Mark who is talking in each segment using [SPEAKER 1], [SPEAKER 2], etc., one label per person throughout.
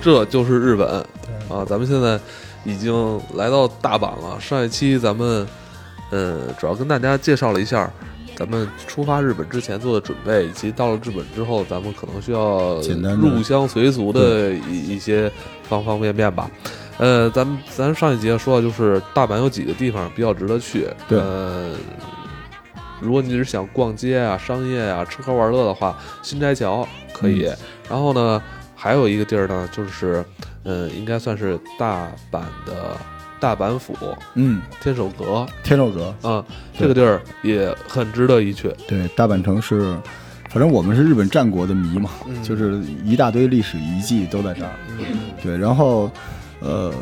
[SPEAKER 1] 这就是日本
[SPEAKER 2] 对
[SPEAKER 1] 啊！咱们现在已经来到大阪了。上一期咱们呃，主要跟大家介绍了一下咱们出发日本之前做的准备，以及到了日本之后，咱们可能需要
[SPEAKER 3] 简单的
[SPEAKER 1] 入乡随俗的一一些方方面面吧。呃，咱们咱上一节说的就是大阪有几个地方比较值得去。
[SPEAKER 3] 对
[SPEAKER 1] 呃，如果你是想逛街啊、商业啊、吃喝玩乐的话，新斋桥可以。然后呢，还有一个地儿呢，就是嗯、呃应该算是大阪的大阪府
[SPEAKER 3] 嗯，
[SPEAKER 1] 天守阁啊、
[SPEAKER 3] 天守阁，
[SPEAKER 1] 这个地儿也很值得一去。
[SPEAKER 3] 对，大阪城是，反正我们是日本战国的迷嘛，
[SPEAKER 1] 嗯
[SPEAKER 3] 就是一大堆历史遗迹都在这儿。
[SPEAKER 1] 嗯
[SPEAKER 3] 对，然后，呃，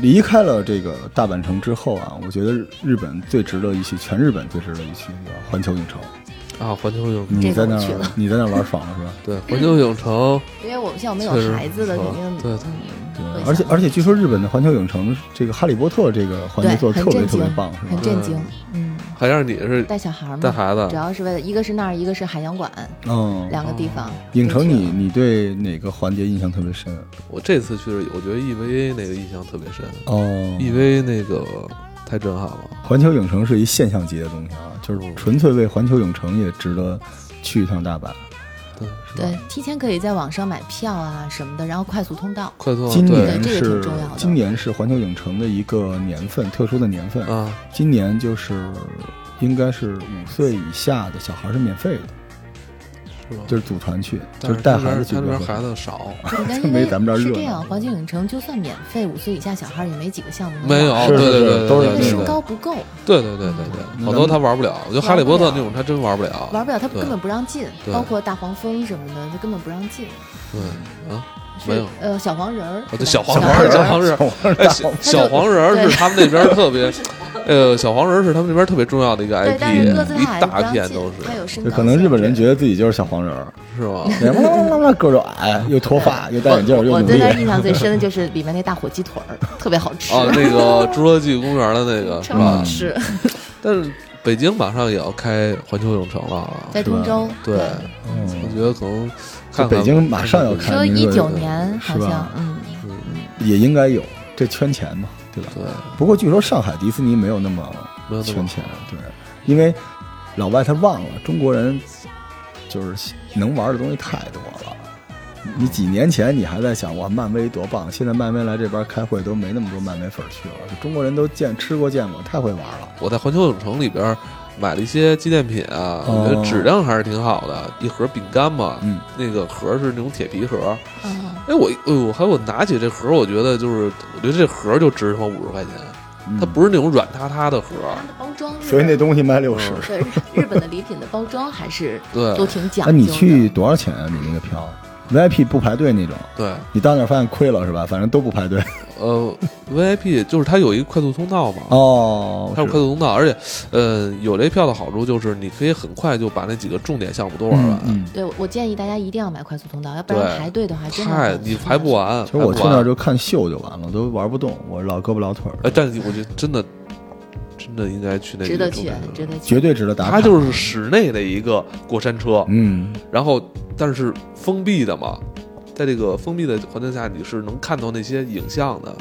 [SPEAKER 3] 离开了这个大阪城之后啊，我觉得日本最值得一去，全日本最值得一去的环球影城。
[SPEAKER 1] 啊，环球影
[SPEAKER 3] 你在那
[SPEAKER 4] 这个我去
[SPEAKER 3] 儿，你在那儿玩爽了是吧？
[SPEAKER 1] 对环球影 城，
[SPEAKER 4] 因为我们像我们
[SPEAKER 1] 确实
[SPEAKER 4] 有孩子的，
[SPEAKER 1] 不错
[SPEAKER 4] 肯定
[SPEAKER 1] 对
[SPEAKER 3] 对，
[SPEAKER 4] 对
[SPEAKER 3] 而且而且据说日本的环球影城，这个《哈利波特》这个环节
[SPEAKER 4] 对
[SPEAKER 3] 做的
[SPEAKER 4] 很
[SPEAKER 3] 特别
[SPEAKER 4] 震
[SPEAKER 3] 特别
[SPEAKER 4] 惊
[SPEAKER 3] 棒，是
[SPEAKER 4] 很
[SPEAKER 3] 吧？
[SPEAKER 4] 震惊。嗯，
[SPEAKER 1] 还让你是
[SPEAKER 4] 带小孩儿
[SPEAKER 1] 带
[SPEAKER 4] 嘛，
[SPEAKER 1] 孩子
[SPEAKER 4] 主，要是为了一个是那儿，一个是海洋馆，
[SPEAKER 3] 嗯，
[SPEAKER 4] 两个地方。
[SPEAKER 3] 影城
[SPEAKER 4] 都去
[SPEAKER 3] 你
[SPEAKER 4] 了
[SPEAKER 3] 你对哪个环节印象特别深？
[SPEAKER 1] 我这次去是我觉得 EVA 那个印象特别深
[SPEAKER 3] 哦，
[SPEAKER 1] ，EVA ，E 那个太震撼了。
[SPEAKER 3] 环球影城是一现象级的东西啊，就是纯粹为环球影城也值得去一趟大阪。
[SPEAKER 1] 对
[SPEAKER 3] 是吧
[SPEAKER 4] 对，提前可以在网上买票啊什么的，然后快速 通道。
[SPEAKER 1] 快速
[SPEAKER 3] 今
[SPEAKER 1] 对
[SPEAKER 3] 年
[SPEAKER 4] 对这个
[SPEAKER 3] 是
[SPEAKER 4] 挺重要的
[SPEAKER 3] 今年是环球影城的一个年份，特殊的年份。
[SPEAKER 1] 啊，
[SPEAKER 3] 今年就是应该是五岁以下的小孩是免费的，
[SPEAKER 1] 是吧？
[SPEAKER 3] 就是组团去，
[SPEAKER 1] 但
[SPEAKER 3] 就是带
[SPEAKER 1] 这边
[SPEAKER 3] 孩子去
[SPEAKER 1] 他
[SPEAKER 3] 比
[SPEAKER 1] 那边
[SPEAKER 3] 较合适。
[SPEAKER 1] 孩子少，
[SPEAKER 4] 应该
[SPEAKER 3] 这
[SPEAKER 4] 因
[SPEAKER 3] 没
[SPEAKER 4] 为
[SPEAKER 3] 咱们这儿热
[SPEAKER 4] 是
[SPEAKER 3] 闹
[SPEAKER 4] 这样，环球影城就算免费，五岁以下小孩儿也没几个项目能
[SPEAKER 1] 没有
[SPEAKER 4] 玩，
[SPEAKER 3] 是
[SPEAKER 1] 对
[SPEAKER 3] 是
[SPEAKER 1] 对
[SPEAKER 3] 是
[SPEAKER 1] 对，
[SPEAKER 3] 都是
[SPEAKER 4] 因为
[SPEAKER 3] 那
[SPEAKER 1] 对
[SPEAKER 3] 种
[SPEAKER 4] 身高不够，
[SPEAKER 1] 对对对对对，
[SPEAKER 3] 嗯
[SPEAKER 1] 好多他玩不了。我觉得哈利波特那种他真玩不了，
[SPEAKER 4] 玩不了，他
[SPEAKER 1] 对
[SPEAKER 4] 根本不让进，
[SPEAKER 1] 对
[SPEAKER 4] 包括大黄蜂什么的，他根本不让进。
[SPEAKER 1] 对啊，
[SPEAKER 4] 是
[SPEAKER 1] 没有。
[SPEAKER 4] 呃，小黄人儿
[SPEAKER 1] 哦，
[SPEAKER 4] 是
[SPEAKER 1] 对
[SPEAKER 4] 吧
[SPEAKER 1] 小黄
[SPEAKER 4] 人
[SPEAKER 1] 人儿，
[SPEAKER 4] 儿
[SPEAKER 1] 小黄人儿，哎，小小黄人儿是他们那边儿特别， 呃，小黄人儿是他们那边儿特别重要的一个
[SPEAKER 4] 对，但是鸽
[SPEAKER 1] IP，
[SPEAKER 4] 子
[SPEAKER 1] 一
[SPEAKER 4] 塔也不
[SPEAKER 1] 大
[SPEAKER 4] 让
[SPEAKER 1] 片
[SPEAKER 4] 进
[SPEAKER 1] 都是，
[SPEAKER 4] 它有身
[SPEAKER 3] 就
[SPEAKER 4] 高。
[SPEAKER 3] 可能日本人觉得自己就是小黄人儿，
[SPEAKER 1] 是吗？
[SPEAKER 3] 啦啦啦啦啦，个儿又矮，又脱发，又 戴眼镜，又
[SPEAKER 4] 我
[SPEAKER 3] 努
[SPEAKER 4] 对
[SPEAKER 3] 力
[SPEAKER 4] 他。印象最深的就是里面那大火鸡腿儿，特别好吃，
[SPEAKER 1] 哦，那个侏罗纪公园的那个是
[SPEAKER 4] 超好
[SPEAKER 1] 吧？
[SPEAKER 4] 吃，
[SPEAKER 3] 嗯
[SPEAKER 1] 但是北京马上也要开环球影城了啊，
[SPEAKER 4] 在通州。
[SPEAKER 1] 对，我
[SPEAKER 3] 嗯，
[SPEAKER 1] 觉得可能看看
[SPEAKER 3] 北京马上要开
[SPEAKER 4] 说
[SPEAKER 3] 你
[SPEAKER 4] 一
[SPEAKER 3] 说
[SPEAKER 4] 九
[SPEAKER 3] 这
[SPEAKER 4] 年
[SPEAKER 3] 是
[SPEAKER 4] 好像
[SPEAKER 3] 吧，
[SPEAKER 4] 嗯，
[SPEAKER 3] 也应该有，这圈钱嘛，对吧？
[SPEAKER 1] 对，
[SPEAKER 3] 不过据说上海迪士尼没有那么
[SPEAKER 1] 没有那
[SPEAKER 3] 圈
[SPEAKER 1] 么
[SPEAKER 3] 钱，对，因为老外他忘了中国人就是能玩的东西太多了。你几年前你还在想哇漫威多棒，现在漫威来这边开会都没那么多漫威粉儿去了，就中国人都见吃过见过，太会玩了。
[SPEAKER 1] 我在环球影城里边买了一些纪念品啊，我觉得质量还是挺好的，一盒饼干嘛，
[SPEAKER 3] 哦嗯，
[SPEAKER 1] 那个盒是那种铁皮盒，
[SPEAKER 4] 啊，
[SPEAKER 1] 哎我哎呦，还有我拿起这盒，我觉得就是我觉得这盒就值他妈五十块钱，
[SPEAKER 3] 嗯
[SPEAKER 1] 它不是那种软塌塌的盒，
[SPEAKER 4] 它的包装是，
[SPEAKER 3] 所以那东西卖六十。
[SPEAKER 1] 嗯
[SPEAKER 4] 对日本的礼品的包装 还是
[SPEAKER 3] 嗯
[SPEAKER 1] 对
[SPEAKER 4] 都挺讲
[SPEAKER 3] 那你
[SPEAKER 4] 究的。
[SPEAKER 3] 去多少钱啊？你那个票？VIP 不排队那种，
[SPEAKER 1] 对，
[SPEAKER 3] 你到那儿发现亏了是吧？反正都不排队。
[SPEAKER 1] 呃 VIP 就是它有一个快速通道嘛，
[SPEAKER 3] 哦，
[SPEAKER 1] 它有快速通道，而且，呃，有这票的好处就是你可以很快就把那几个重点项目都玩完。
[SPEAKER 3] 嗯，嗯
[SPEAKER 4] 对，我建议大家一定要买快速通道，要不然
[SPEAKER 1] 对
[SPEAKER 4] 排队的话真的
[SPEAKER 1] 太
[SPEAKER 4] 很
[SPEAKER 1] 你排不。完，
[SPEAKER 3] 嗯其实我
[SPEAKER 1] 排
[SPEAKER 3] 去
[SPEAKER 1] 不完
[SPEAKER 3] 那儿就看秀就完了，都玩不动，我老胳膊老腿儿
[SPEAKER 1] 哎，，但是我觉得真的，真的应该去那
[SPEAKER 4] 值得
[SPEAKER 1] 几
[SPEAKER 4] 去啊
[SPEAKER 1] 个重，
[SPEAKER 4] 值
[SPEAKER 1] 点
[SPEAKER 4] 得去。
[SPEAKER 3] 嗯绝对值得打卡。
[SPEAKER 1] 它就是室内的一个过山车，
[SPEAKER 3] 嗯，
[SPEAKER 1] 然后但是封闭的嘛，在这个封闭的环境下，你是能看到那些影像的。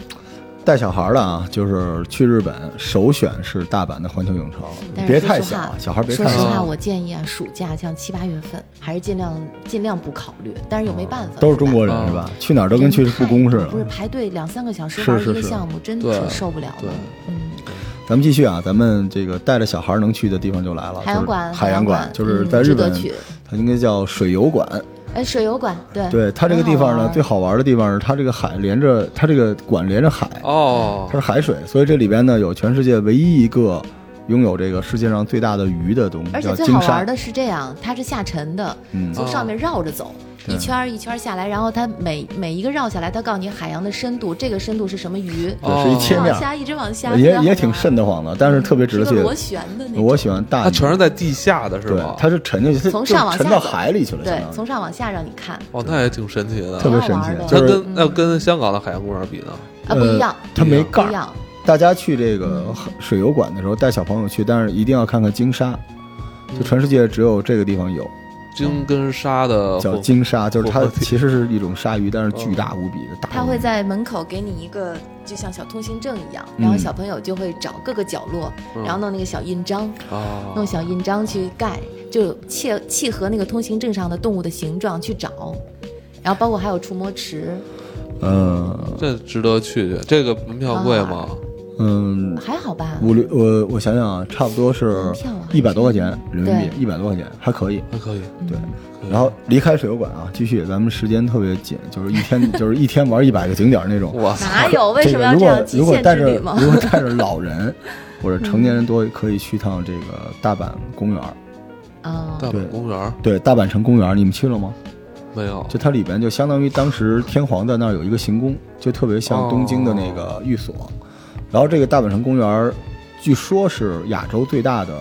[SPEAKER 3] 带小孩儿的啊，就是去日本首选是大阪的环球影城，
[SPEAKER 4] 但是
[SPEAKER 3] 别
[SPEAKER 4] 说
[SPEAKER 3] 太
[SPEAKER 4] 实
[SPEAKER 3] 小
[SPEAKER 4] 话
[SPEAKER 3] 啊，小孩儿别
[SPEAKER 4] 说
[SPEAKER 3] 太
[SPEAKER 4] 实
[SPEAKER 1] 看
[SPEAKER 3] 小，
[SPEAKER 4] 话，
[SPEAKER 1] 了
[SPEAKER 4] 我建议啊，暑假像七八月份，还是尽量尽量不考虑，但是又没办法，
[SPEAKER 3] 都是中国
[SPEAKER 1] 嗯
[SPEAKER 3] 人是吧？去哪儿都跟去故宫似
[SPEAKER 4] 不是
[SPEAKER 3] 的。
[SPEAKER 4] 排队两三个小时
[SPEAKER 3] 是
[SPEAKER 4] 玩一
[SPEAKER 3] 是
[SPEAKER 4] 个
[SPEAKER 3] 是
[SPEAKER 4] 项目，真
[SPEAKER 1] 对
[SPEAKER 4] 挺受不了
[SPEAKER 1] 对
[SPEAKER 4] 的。嗯，
[SPEAKER 3] 咱们继续啊，咱们这个带着小孩儿能去的地方啊就来了，
[SPEAKER 4] 海洋馆，
[SPEAKER 3] 就是海洋馆
[SPEAKER 4] 馆
[SPEAKER 3] 就是
[SPEAKER 4] 嗯
[SPEAKER 3] 在日
[SPEAKER 4] 值得
[SPEAKER 3] 本，
[SPEAKER 4] 去。
[SPEAKER 3] 它应该叫水游馆。
[SPEAKER 4] 哎，水游馆，对
[SPEAKER 3] 对它这个地方呢，最
[SPEAKER 4] 最
[SPEAKER 3] 好玩的地方是它这个海连着它这个馆连着海，
[SPEAKER 1] 哦
[SPEAKER 3] 它是，海水，所以这里边呢有全世界唯一一个拥有这个世界上最大的鱼的东西，
[SPEAKER 4] 而且
[SPEAKER 3] 叫
[SPEAKER 4] 最
[SPEAKER 3] 鲸
[SPEAKER 4] 好
[SPEAKER 3] 鲨
[SPEAKER 4] 玩。的是这样，它是下沉的，
[SPEAKER 3] 嗯，哦
[SPEAKER 4] 从上面绕着走，
[SPEAKER 3] 对
[SPEAKER 4] 一圈儿一圈儿下来，然后它每每一个绕下来，它告诉你海洋的深度，这个深度是什么鱼，
[SPEAKER 3] 对，是一
[SPEAKER 1] 哦
[SPEAKER 3] 切面
[SPEAKER 4] 往，下一直往下，非
[SPEAKER 3] 也
[SPEAKER 4] 常
[SPEAKER 3] 也
[SPEAKER 4] 啊好
[SPEAKER 3] 挺
[SPEAKER 4] 玩
[SPEAKER 3] 瘆得慌的，但是特别值
[SPEAKER 4] 啊是
[SPEAKER 3] 得
[SPEAKER 4] 个
[SPEAKER 3] 去。
[SPEAKER 4] 螺旋的那种，
[SPEAKER 3] 我喜欢大鱼，
[SPEAKER 1] 它全是在地下的是
[SPEAKER 3] 对
[SPEAKER 1] 吗，？
[SPEAKER 3] 它是沉下去，
[SPEAKER 4] 从
[SPEAKER 3] 就
[SPEAKER 4] 上往
[SPEAKER 3] 沉
[SPEAKER 4] 下
[SPEAKER 3] 到
[SPEAKER 4] 走
[SPEAKER 3] 海里去了，
[SPEAKER 4] 对，
[SPEAKER 3] 相当于
[SPEAKER 4] 从上往下让你看啊，
[SPEAKER 1] 哦，那也挺神奇的。
[SPEAKER 3] 特别
[SPEAKER 4] 挺
[SPEAKER 3] 神
[SPEAKER 4] 好玩
[SPEAKER 3] 奇。
[SPEAKER 1] 它
[SPEAKER 4] 的
[SPEAKER 3] 就是
[SPEAKER 1] 跟那跟香港的海洋公园比呢？
[SPEAKER 4] 啊不一样，
[SPEAKER 3] 呃它没盖
[SPEAKER 4] 不
[SPEAKER 3] 儿。
[SPEAKER 4] 一样，
[SPEAKER 3] 大家去这个水游
[SPEAKER 1] 嗯
[SPEAKER 3] 馆的时候，带小朋友去，但是一定要看看鲸鲨，就全世界只有这个地方有。
[SPEAKER 1] 鲸跟鲨的
[SPEAKER 3] 叫
[SPEAKER 1] 混
[SPEAKER 3] 鲸鲨，就是它
[SPEAKER 1] 我
[SPEAKER 3] 其实是一种鲨鱼，但是巨大无比的大鱼。
[SPEAKER 4] 他会在门口给你一个就像小通行证一样，然后
[SPEAKER 3] 嗯
[SPEAKER 4] 小朋友就会找各个角落，
[SPEAKER 1] 嗯
[SPEAKER 4] 然后弄那个小印章，
[SPEAKER 3] 哦
[SPEAKER 1] 啊，
[SPEAKER 4] 弄小印章去盖，就契契合那个通行证上的动物的形状去找，然后包括还有触摸池，
[SPEAKER 3] 嗯
[SPEAKER 1] 这值得去去。这个门票
[SPEAKER 4] 啊
[SPEAKER 1] 贵吗？
[SPEAKER 3] 嗯，
[SPEAKER 4] 还好吧？
[SPEAKER 3] 五六我我想想啊，差不多是
[SPEAKER 4] 门票啊
[SPEAKER 3] 一百多块钱人民币，一百多块钱还可以。
[SPEAKER 1] 还可以。
[SPEAKER 4] 嗯
[SPEAKER 3] 对，然后离开水游馆啊，继续，咱们时间特别紧，就是一 天就是一天玩一百个景点那种。
[SPEAKER 1] 我操，
[SPEAKER 4] 哪有？哎为什么要
[SPEAKER 3] 这
[SPEAKER 4] 这
[SPEAKER 3] 个
[SPEAKER 4] 样极
[SPEAKER 3] 如果如果
[SPEAKER 4] 限
[SPEAKER 3] 带
[SPEAKER 4] 之
[SPEAKER 3] 着
[SPEAKER 4] 旅吗？
[SPEAKER 3] 如果带着老 人或者成年人多，可以去趟这个大阪公园儿。
[SPEAKER 4] 啊，
[SPEAKER 1] 大
[SPEAKER 3] 对
[SPEAKER 1] 阪公园儿
[SPEAKER 3] 对，大阪城公园儿，你们去了吗？
[SPEAKER 1] 没有？
[SPEAKER 3] 就它里边就相当于当时天皇在那儿有一个行宫，就特别像东京的那个寓所。然后这个大阪城公园儿，据说是亚洲最大的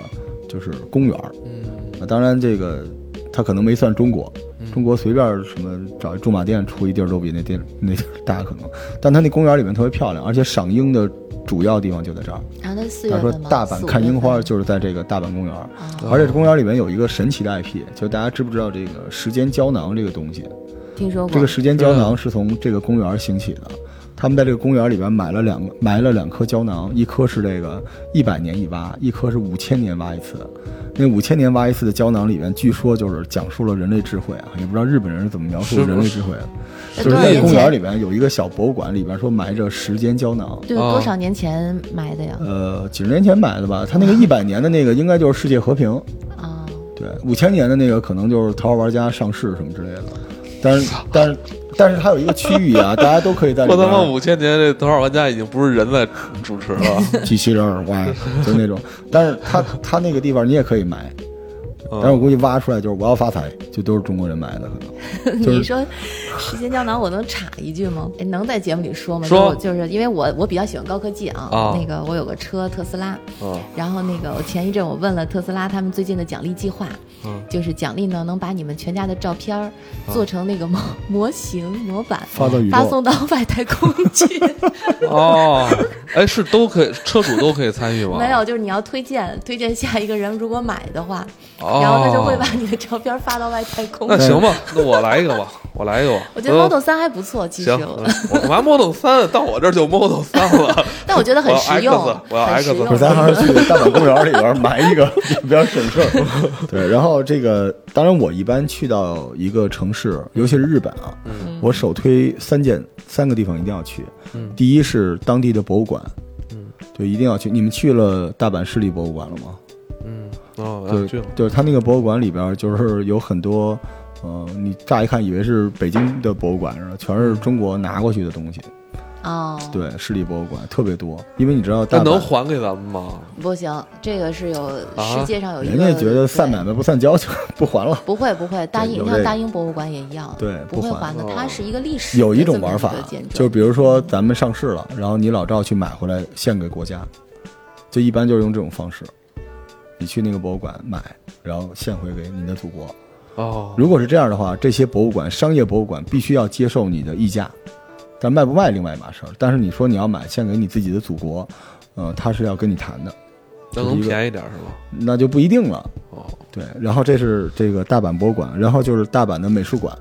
[SPEAKER 3] 就是公园儿。
[SPEAKER 1] 嗯
[SPEAKER 3] 啊，当然这个它可能没算中国，中国随便什么找一驻马店出一地儿都比那地儿那地儿大可能。但它那公园里面特别漂亮，而且赏樱的主要地方就在这儿。
[SPEAKER 4] 然后他四月
[SPEAKER 3] 他说
[SPEAKER 4] 份吗？
[SPEAKER 3] 大
[SPEAKER 4] 四
[SPEAKER 3] 阪
[SPEAKER 4] 五
[SPEAKER 3] 看
[SPEAKER 4] 月
[SPEAKER 3] 樱花
[SPEAKER 4] 份
[SPEAKER 3] 就是在这个大阪公园儿。
[SPEAKER 4] 啊，
[SPEAKER 3] 而且这公园里面有一个神奇的 IP，就大家知不知道这个时间胶囊这个东西？
[SPEAKER 4] 听说过
[SPEAKER 3] 这个时间胶囊是从这个公园兴起的。他们在这个公园里边买了两个，埋了两颗胶囊，一颗是这个一百年一挖，一颗是五千年挖一次。那五千年挖一次的胶囊里面，据说就是讲述了人类智慧啊，也不知道日本人是怎么描述
[SPEAKER 1] 是不
[SPEAKER 3] 人类
[SPEAKER 1] 是
[SPEAKER 3] 智慧的。啊
[SPEAKER 4] 哎
[SPEAKER 3] 就是
[SPEAKER 4] 多少
[SPEAKER 3] 那个
[SPEAKER 4] 年
[SPEAKER 3] 公园
[SPEAKER 4] 前？
[SPEAKER 3] 里边有一个小博物馆，里边说埋着时间胶囊。
[SPEAKER 4] 对，
[SPEAKER 1] 啊
[SPEAKER 4] 多少年前埋的呀？
[SPEAKER 3] 呃，几十年前买的吧，他那个一百年的那个应该就是世界和平，
[SPEAKER 4] 啊，
[SPEAKER 3] 对，五千年的那个可能就是《桃花玩家》上市什么之类的，但是但是但是它有一个区域啊，大家都可以在里
[SPEAKER 1] 我他妈
[SPEAKER 3] 面
[SPEAKER 1] 五千年这头号玩家已经不是人在主持 了。
[SPEAKER 3] 机器人儿 哇，就那种。但是它它那个地方你也可以买，但是我
[SPEAKER 1] 嗯
[SPEAKER 3] 估计挖出来就是我要发财，就都是中国人买的可能。就
[SPEAKER 4] 你
[SPEAKER 3] 是
[SPEAKER 4] 说时间胶囊，我能插一句吗？哎，能在节目里说吗？
[SPEAKER 1] 说
[SPEAKER 4] 就是就是因为我我比较喜欢高科技啊，
[SPEAKER 1] 啊
[SPEAKER 4] 那个我有个车特斯拉，
[SPEAKER 1] 嗯
[SPEAKER 4] 然后那个我前一阵我问了特斯拉他们最近的奖励计划，
[SPEAKER 1] 嗯，
[SPEAKER 4] 就是奖励呢能把你们全家的照片儿做成那个模模型模板。
[SPEAKER 3] 发到宇
[SPEAKER 4] 发
[SPEAKER 3] 宙，
[SPEAKER 4] 送到外太空去，
[SPEAKER 1] 哦，哎，是都可以，车主都可以参与吗？
[SPEAKER 4] 没有，就是你要推荐推荐下一个人，如果买的话，
[SPEAKER 1] 哦，
[SPEAKER 4] 然后他就会把你的照片发到外太空。
[SPEAKER 1] 那行吧，那我来一个吧，我来一个吧。
[SPEAKER 4] 我觉得 Model
[SPEAKER 1] 嗯
[SPEAKER 4] 三还不错，其实
[SPEAKER 1] 行，，嗯我玩 Model 三，到我这儿就 Model 三了。
[SPEAKER 4] 但我觉得很实用
[SPEAKER 1] 我要 X，，我要
[SPEAKER 4] 很
[SPEAKER 1] X
[SPEAKER 4] 实用
[SPEAKER 3] 不是咱还是去大阪公园里边埋一个，比较省事 儿。对，然后这个当然我一般去到一个城市，尤其是日本啊，我首推三件三个地方一定要去。
[SPEAKER 1] 嗯
[SPEAKER 3] 第一是当地的博物馆，
[SPEAKER 1] 嗯
[SPEAKER 3] 就一定要去。你们去了大阪市立博物馆了吗？
[SPEAKER 1] 嗯，哦，
[SPEAKER 3] 对，
[SPEAKER 1] 去了。
[SPEAKER 3] 就是它那个博物馆里边，就是有很多，呃，你乍一看以为是北京的博物馆似的，全是中国拿过去的东西。
[SPEAKER 4] 哦，，
[SPEAKER 3] 对，市立博物馆特别多，因为你知道大
[SPEAKER 1] 那能
[SPEAKER 3] 阪，
[SPEAKER 1] 还给咱们吗？
[SPEAKER 4] 不行，这个是有
[SPEAKER 1] 啊
[SPEAKER 4] 世界上呃有一个，
[SPEAKER 3] 人家觉得散
[SPEAKER 4] 对
[SPEAKER 3] 买卖不散交情， 不还了。
[SPEAKER 4] 不会不会，大英
[SPEAKER 3] 有
[SPEAKER 4] 你
[SPEAKER 3] 这
[SPEAKER 4] 看
[SPEAKER 3] 个
[SPEAKER 4] 大英博物馆也一样，
[SPEAKER 3] 对
[SPEAKER 4] 不会
[SPEAKER 3] 不还
[SPEAKER 4] 还的，
[SPEAKER 1] 哦
[SPEAKER 4] 它是一个历史的
[SPEAKER 3] 有一种
[SPEAKER 4] 这么
[SPEAKER 3] 玩法
[SPEAKER 4] 个建，筑
[SPEAKER 3] 就比如说咱们上市了，然后你老赵去买回来献给国家，就一般就是用这种方式。你去那个博物馆买，然后献回给你的祖国。
[SPEAKER 1] 哦，
[SPEAKER 3] 如果是这样的话，这些博物馆、商业博物馆必须要接受你的溢价，但卖不卖另外一码事儿。但是你说你要买献给你自己的祖国，呃，他是要跟你谈的，
[SPEAKER 1] 那能便宜点是吧？
[SPEAKER 3] 那就不一定了。
[SPEAKER 1] 哦，
[SPEAKER 3] 对，然后这是这个大阪博物馆，然后就是大阪的美术馆，